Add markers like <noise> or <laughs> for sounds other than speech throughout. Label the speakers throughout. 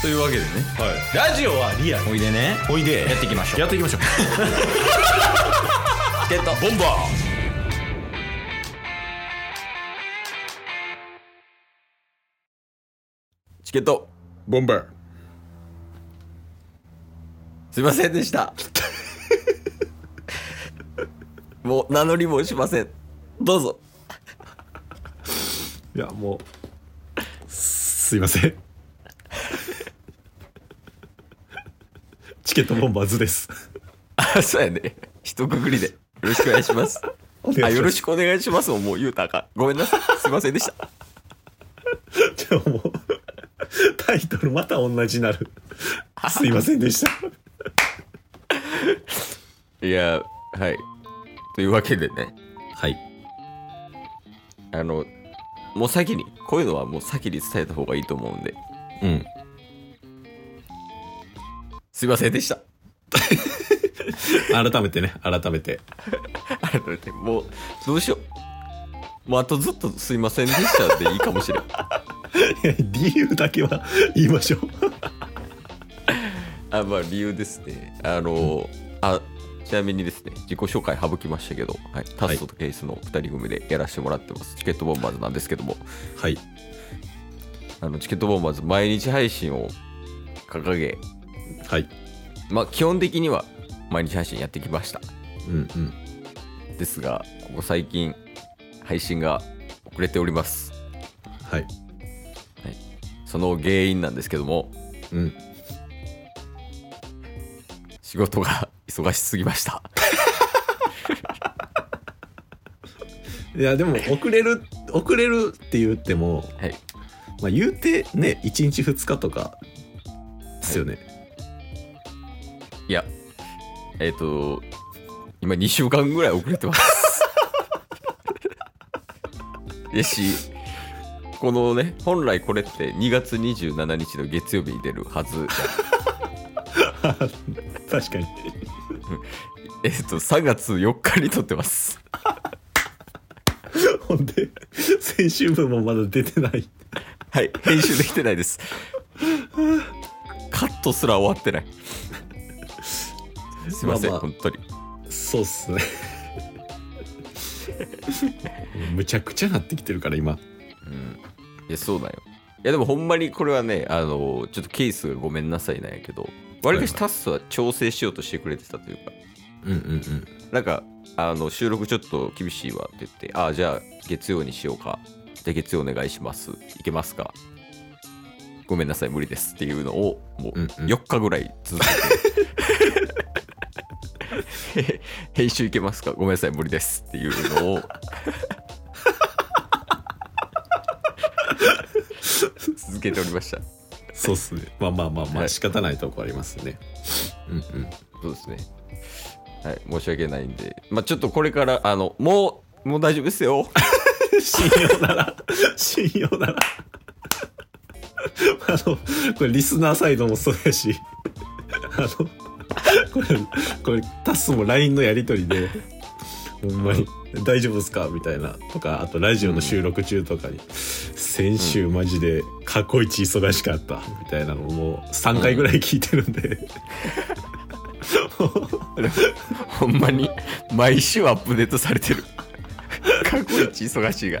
Speaker 1: というわけでね
Speaker 2: はい、ラジオはリアル
Speaker 1: おいでね
Speaker 2: おいで
Speaker 1: やっていきましょう
Speaker 2: やっていきましょう
Speaker 1: ってた
Speaker 2: ボンバ
Speaker 1: チケット
Speaker 2: ーボンバー
Speaker 1: すいませんでした <laughs> もう名乗りもしませんどうぞ <laughs>
Speaker 2: いやもうすいませんチケットボンバーズです
Speaker 1: あそうやね一括りでよろしくお願いします
Speaker 2: お願いしま
Speaker 1: あ
Speaker 2: す
Speaker 1: よろしくお願いしますももう言うたらあかんごめんなさいすいませんでした
Speaker 2: でももうタイトルまた同じになるすいませんでした
Speaker 1: いやはいというわけでね
Speaker 2: はい
Speaker 1: あのもう先にこういうのはもう先に伝えた方がいいと思うんで
Speaker 2: うん
Speaker 1: すいませんでした <laughs>
Speaker 2: 改めてね改めて
Speaker 1: 改めてもうどうしようもうあとずっと「すいませんでした」でいいかもしれ
Speaker 2: <laughs>
Speaker 1: ん
Speaker 2: いや理由だけは言いましょう
Speaker 1: あまあ理由ですねあのあちなみにですね自己紹介省きましたけど、はい、タッソとケイスの2人組でやらせてもらってます、チケットボンバーズなんですけども
Speaker 2: はい
Speaker 1: あのチケットボンバーズ毎日配信を掲げ
Speaker 2: はい
Speaker 1: まあ基本的には毎日配信やってきました
Speaker 2: うんうん
Speaker 1: ですがここ最近配信が遅れております
Speaker 2: はい
Speaker 1: その原因なんですけども
Speaker 2: うん
Speaker 1: 仕事が <laughs> 忙しすぎました
Speaker 2: いやでも遅れる遅れるって言っても
Speaker 1: はい
Speaker 2: まあ、言うてね1日2日とかですよね、
Speaker 1: いやえっ、と今2週間ぐらい遅れてます <laughs> やしこのね本来これって2月27日の月曜日に出るはず <laughs> や
Speaker 2: 確かに <laughs>
Speaker 1: えっと3月4日に撮ってます
Speaker 2: ほんで先週分もまだ出てない
Speaker 1: はい編集できてないですカットすら終わってないすいません、
Speaker 2: まあま
Speaker 1: 本当に
Speaker 2: あ、そうっすね <laughs> むちゃくちゃなってきてるから今
Speaker 1: うんいやそうだよいやでもほんまにこれはねあのちょっとケースがごめんなさいなんやけどわりかしタッスは調整しようとしてくれてたというか
Speaker 2: うんうん
Speaker 1: なんかあの収録ちょっと厳しいわって言ってああじゃあ月曜にしようかじゃあ月曜お願いしますいけますかごめんなさい無理ですっていうのをもう
Speaker 2: うんうん
Speaker 1: 4日ぐらい続けて <laughs> 編集いけますかごめんなさい無理ですっていうのを続けておりました
Speaker 2: そうっすねまあまあまあま
Speaker 1: は
Speaker 2: あ
Speaker 1: い
Speaker 2: 仕方ないとこありますね、うんうん
Speaker 1: そうですね。はい、申し訳ないんで、まあ、ちょっとこれから、あの、もう、もう大丈夫ですよ。 <laughs>
Speaker 2: 信用なら信用ならあのこれリスナーサイドもそうやしあのこれこれタスも LINE のやり取りでほんまに「大丈夫ですか?」みたいなとかあとラジオの収録中とかに「先週マジで過去一忙しかった」みたいなのをもう3回ぐらい聞いてるんで、
Speaker 1: ほんまに、毎週アップデートされてる。 <laughs> 過去一忙しいが。
Speaker 2: い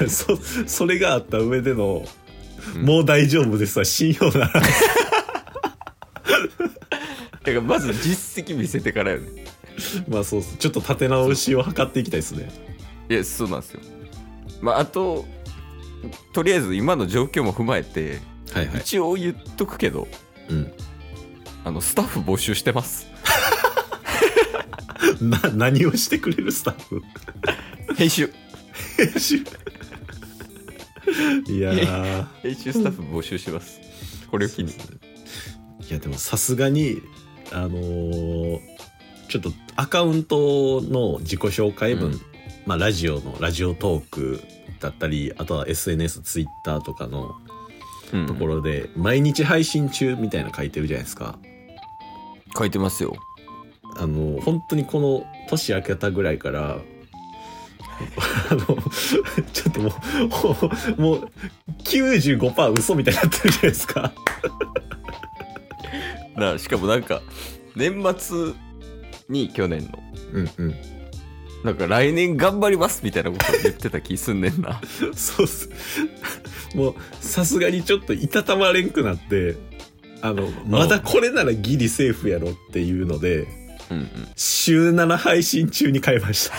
Speaker 2: やそそれがあった上での「もう大丈夫です」は信用な
Speaker 1: だ
Speaker 2: ら
Speaker 1: から、まず実績見せてからよね。
Speaker 2: まあそうっすちょっと立て直しを図っていきたいですね
Speaker 1: いや、そうなんですよ。まあ、あと、とりあえず今の状況も踏まえて、
Speaker 2: はいは
Speaker 1: 一応言っとくけど、
Speaker 2: うん、
Speaker 1: あの、スタッフ募集してます。
Speaker 2: な何をしてくれるスタッフ
Speaker 1: 編集、
Speaker 2: 編集いやー
Speaker 1: <laughs> 編集スタッフ募集してます。これを機に。
Speaker 2: いやでもさすがにあのーちょっとアカウントの自己紹介文、
Speaker 1: うん
Speaker 2: まあラジオのラジオトークだったりあとは SNSTwitter とかの
Speaker 1: うん
Speaker 2: ところで、毎日配信中みたいなの書いてるじゃないですか
Speaker 1: 書いてますよ。
Speaker 2: あの本当にこの年明けたぐらいから <laughs> あのちょっともうもうもう昨95%嘘みたいになってるじゃないですか。
Speaker 1: なしかもなんか年末に去年の
Speaker 2: うんうん。
Speaker 1: なんか来年頑張りますみたいなことを言ってた気すんねんな
Speaker 2: そうっす。もう、さすがにちょっといたたまれんくなって、あの、まだこれならギリセーフやろっていうので、
Speaker 1: <laughs> うんうん
Speaker 2: 週7配信中に買いました。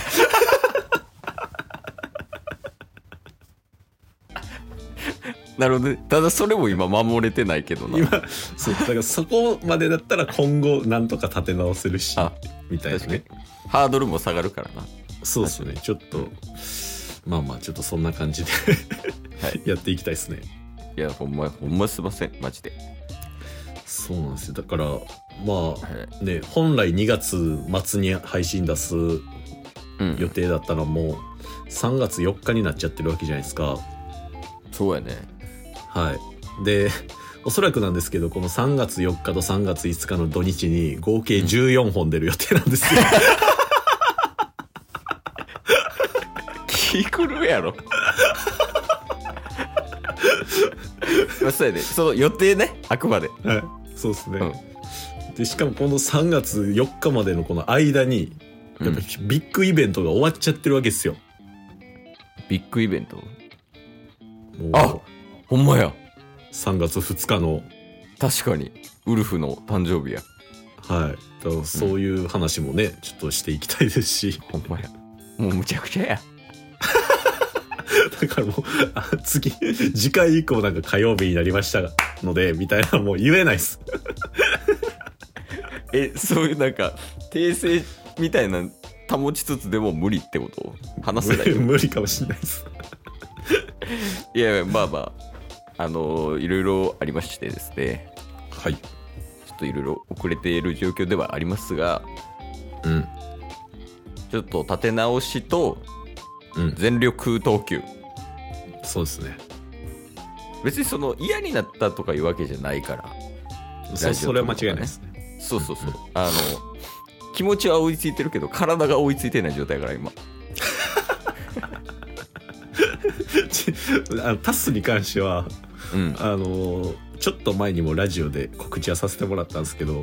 Speaker 1: なるほどねただそれも今守れてないけどな
Speaker 2: 今、そう、だからそこまでだったら今後なんとか立て直せるし
Speaker 1: あ、
Speaker 2: みたいな
Speaker 1: 確か
Speaker 2: ね
Speaker 1: に。ハードルも下がるからな
Speaker 2: そうですね。ちょっと、まあまあ、ちょっとそんな感じで
Speaker 1: はい
Speaker 2: <laughs> やっていきたいですね。
Speaker 1: いやほんまほんますいませんマジで、
Speaker 2: そうなんですよ。だから、ま
Speaker 1: は
Speaker 2: あ、
Speaker 1: い
Speaker 2: ね、本来2月末に配信出す
Speaker 1: うん
Speaker 2: 予定だったのも、3月4日になっちゃってるわけじゃないですか。
Speaker 1: そうやね
Speaker 2: はい。で、おそらくなんですけど、この3月4日と3月5日の土日に合計14本出る予定なんですよ。
Speaker 1: 気狂うやろまあそうやねその予定ねあくまで
Speaker 2: はい。そうですね。
Speaker 1: うん
Speaker 2: で、しかもこの3月4日までのこの間に、やっぱビッグイベントが終わっちゃってるわけですよ。
Speaker 1: ビッグイベント
Speaker 2: もう
Speaker 1: あほんまや
Speaker 2: !3 月2日の、
Speaker 1: 確かにウルフの誕生日や
Speaker 2: はい。だからそういう話もね、ちょっとしていきたいですし、 <laughs>
Speaker 1: ほんまやもうむちゃくちゃや
Speaker 2: だからもう、あ次、次回以降なんか火曜日になりましたので、みたいなもう言えないです。
Speaker 1: えそういうなんか訂正みたいなの保ちつつでも無理ってこと話せない
Speaker 2: <laughs> 無理かもしれないです。
Speaker 1: いやいやまあまああのいろいろありましてですね
Speaker 2: はい。
Speaker 1: ちょっといろいろ遅れている状況ではありますが
Speaker 2: うん。
Speaker 1: ちょっと立て直しと
Speaker 2: うん。
Speaker 1: 全力投球
Speaker 2: そうですね。
Speaker 1: 別にその嫌になったとかいうわけじゃないから
Speaker 2: そ
Speaker 1: ラジオ
Speaker 2: それは間違いないですね。 <laughs>
Speaker 1: そうそうそう
Speaker 2: うん
Speaker 1: あの気持ちは追いついてるけど体が追いついてない状態やから今
Speaker 2: ちあのタスに関しては、
Speaker 1: うん
Speaker 2: あの、ちょっと前にもラジオで告知はさせてもらったんですけど、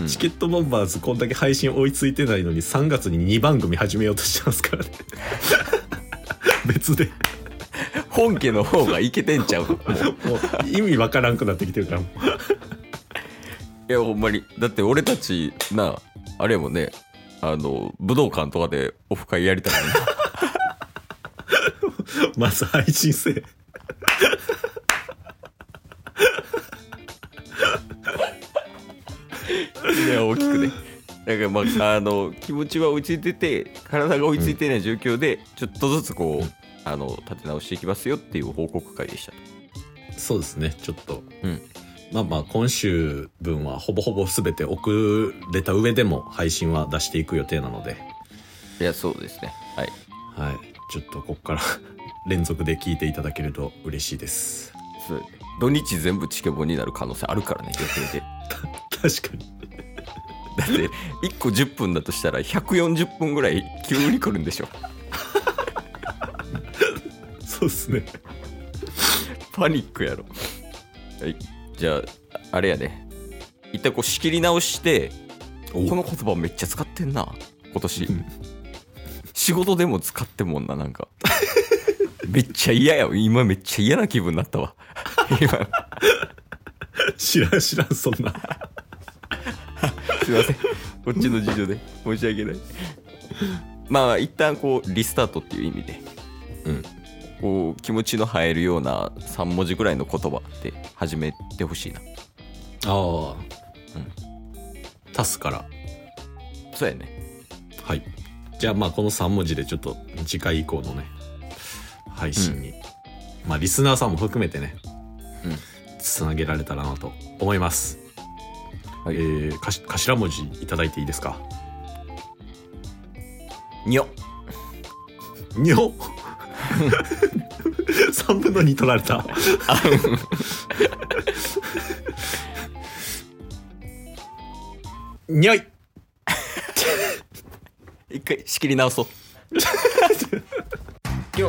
Speaker 1: うん
Speaker 2: チケットボンバーズこんだけ配信追いついてないのに3月に2番組始めようとしてます <laughs> からね。別で。
Speaker 1: 本家の方がいけてんちゃうのもう
Speaker 2: もう意味わからんくなってきてるからも
Speaker 1: いやほんまにだって俺たちなあれもねあの武道館とかでオフ会やりたいのに
Speaker 2: うまず配信せえ
Speaker 1: いや大きくねだからまああの気持ちは追いついてて体が追いついてない状況で、ちょっとずつこうあの立て直していきますよっていう報告会でした
Speaker 2: そうですねちょっと
Speaker 1: うん
Speaker 2: まあまあ今週分はほぼほぼ全て遅れた上でも配信は出していく予定なので
Speaker 1: いやそうですねはい
Speaker 2: はいちょっとここから連続で聞いていただけると嬉しいです
Speaker 1: そう土日全部チケボンになる可能性あるからね逆にでだ
Speaker 2: 確かに
Speaker 1: って1個10分だとしたら140分ぐらい急に来るんでしょ
Speaker 2: そうですね
Speaker 1: パニックやろ。はい、じゃあ、あれやね。一旦こう仕切り直して、
Speaker 2: お
Speaker 1: この言葉めっちゃ使ってんな、今年
Speaker 2: うん。
Speaker 1: 仕事でも使ってんもんな、なんか。 <laughs> めっちゃ嫌や。今めっちゃ嫌な気分になったわ。 <laughs> 今、
Speaker 2: 知らん知らんそんな
Speaker 1: すいません。こっちの事情で。申し訳ない。まあ、一旦こう、リスタートっていう意味で。
Speaker 2: うん
Speaker 1: こう気持ちの入るような3文字ぐらいの言葉で始めてほしいな。
Speaker 2: ああ
Speaker 1: う
Speaker 2: タスから
Speaker 1: そうやね。
Speaker 2: はいじゃあまあこの3文字でちょっと次回以降のね配信に、まあリスナーさんも含めてね
Speaker 1: うん
Speaker 2: つなげられたらなと思います、
Speaker 1: はい
Speaker 2: えーかし頭文字いただいていいですか
Speaker 1: にょ
Speaker 2: に <laughs> ょ3分の2取られ <laughs> たにょい
Speaker 1: 一回仕切り直そう今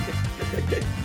Speaker 2: す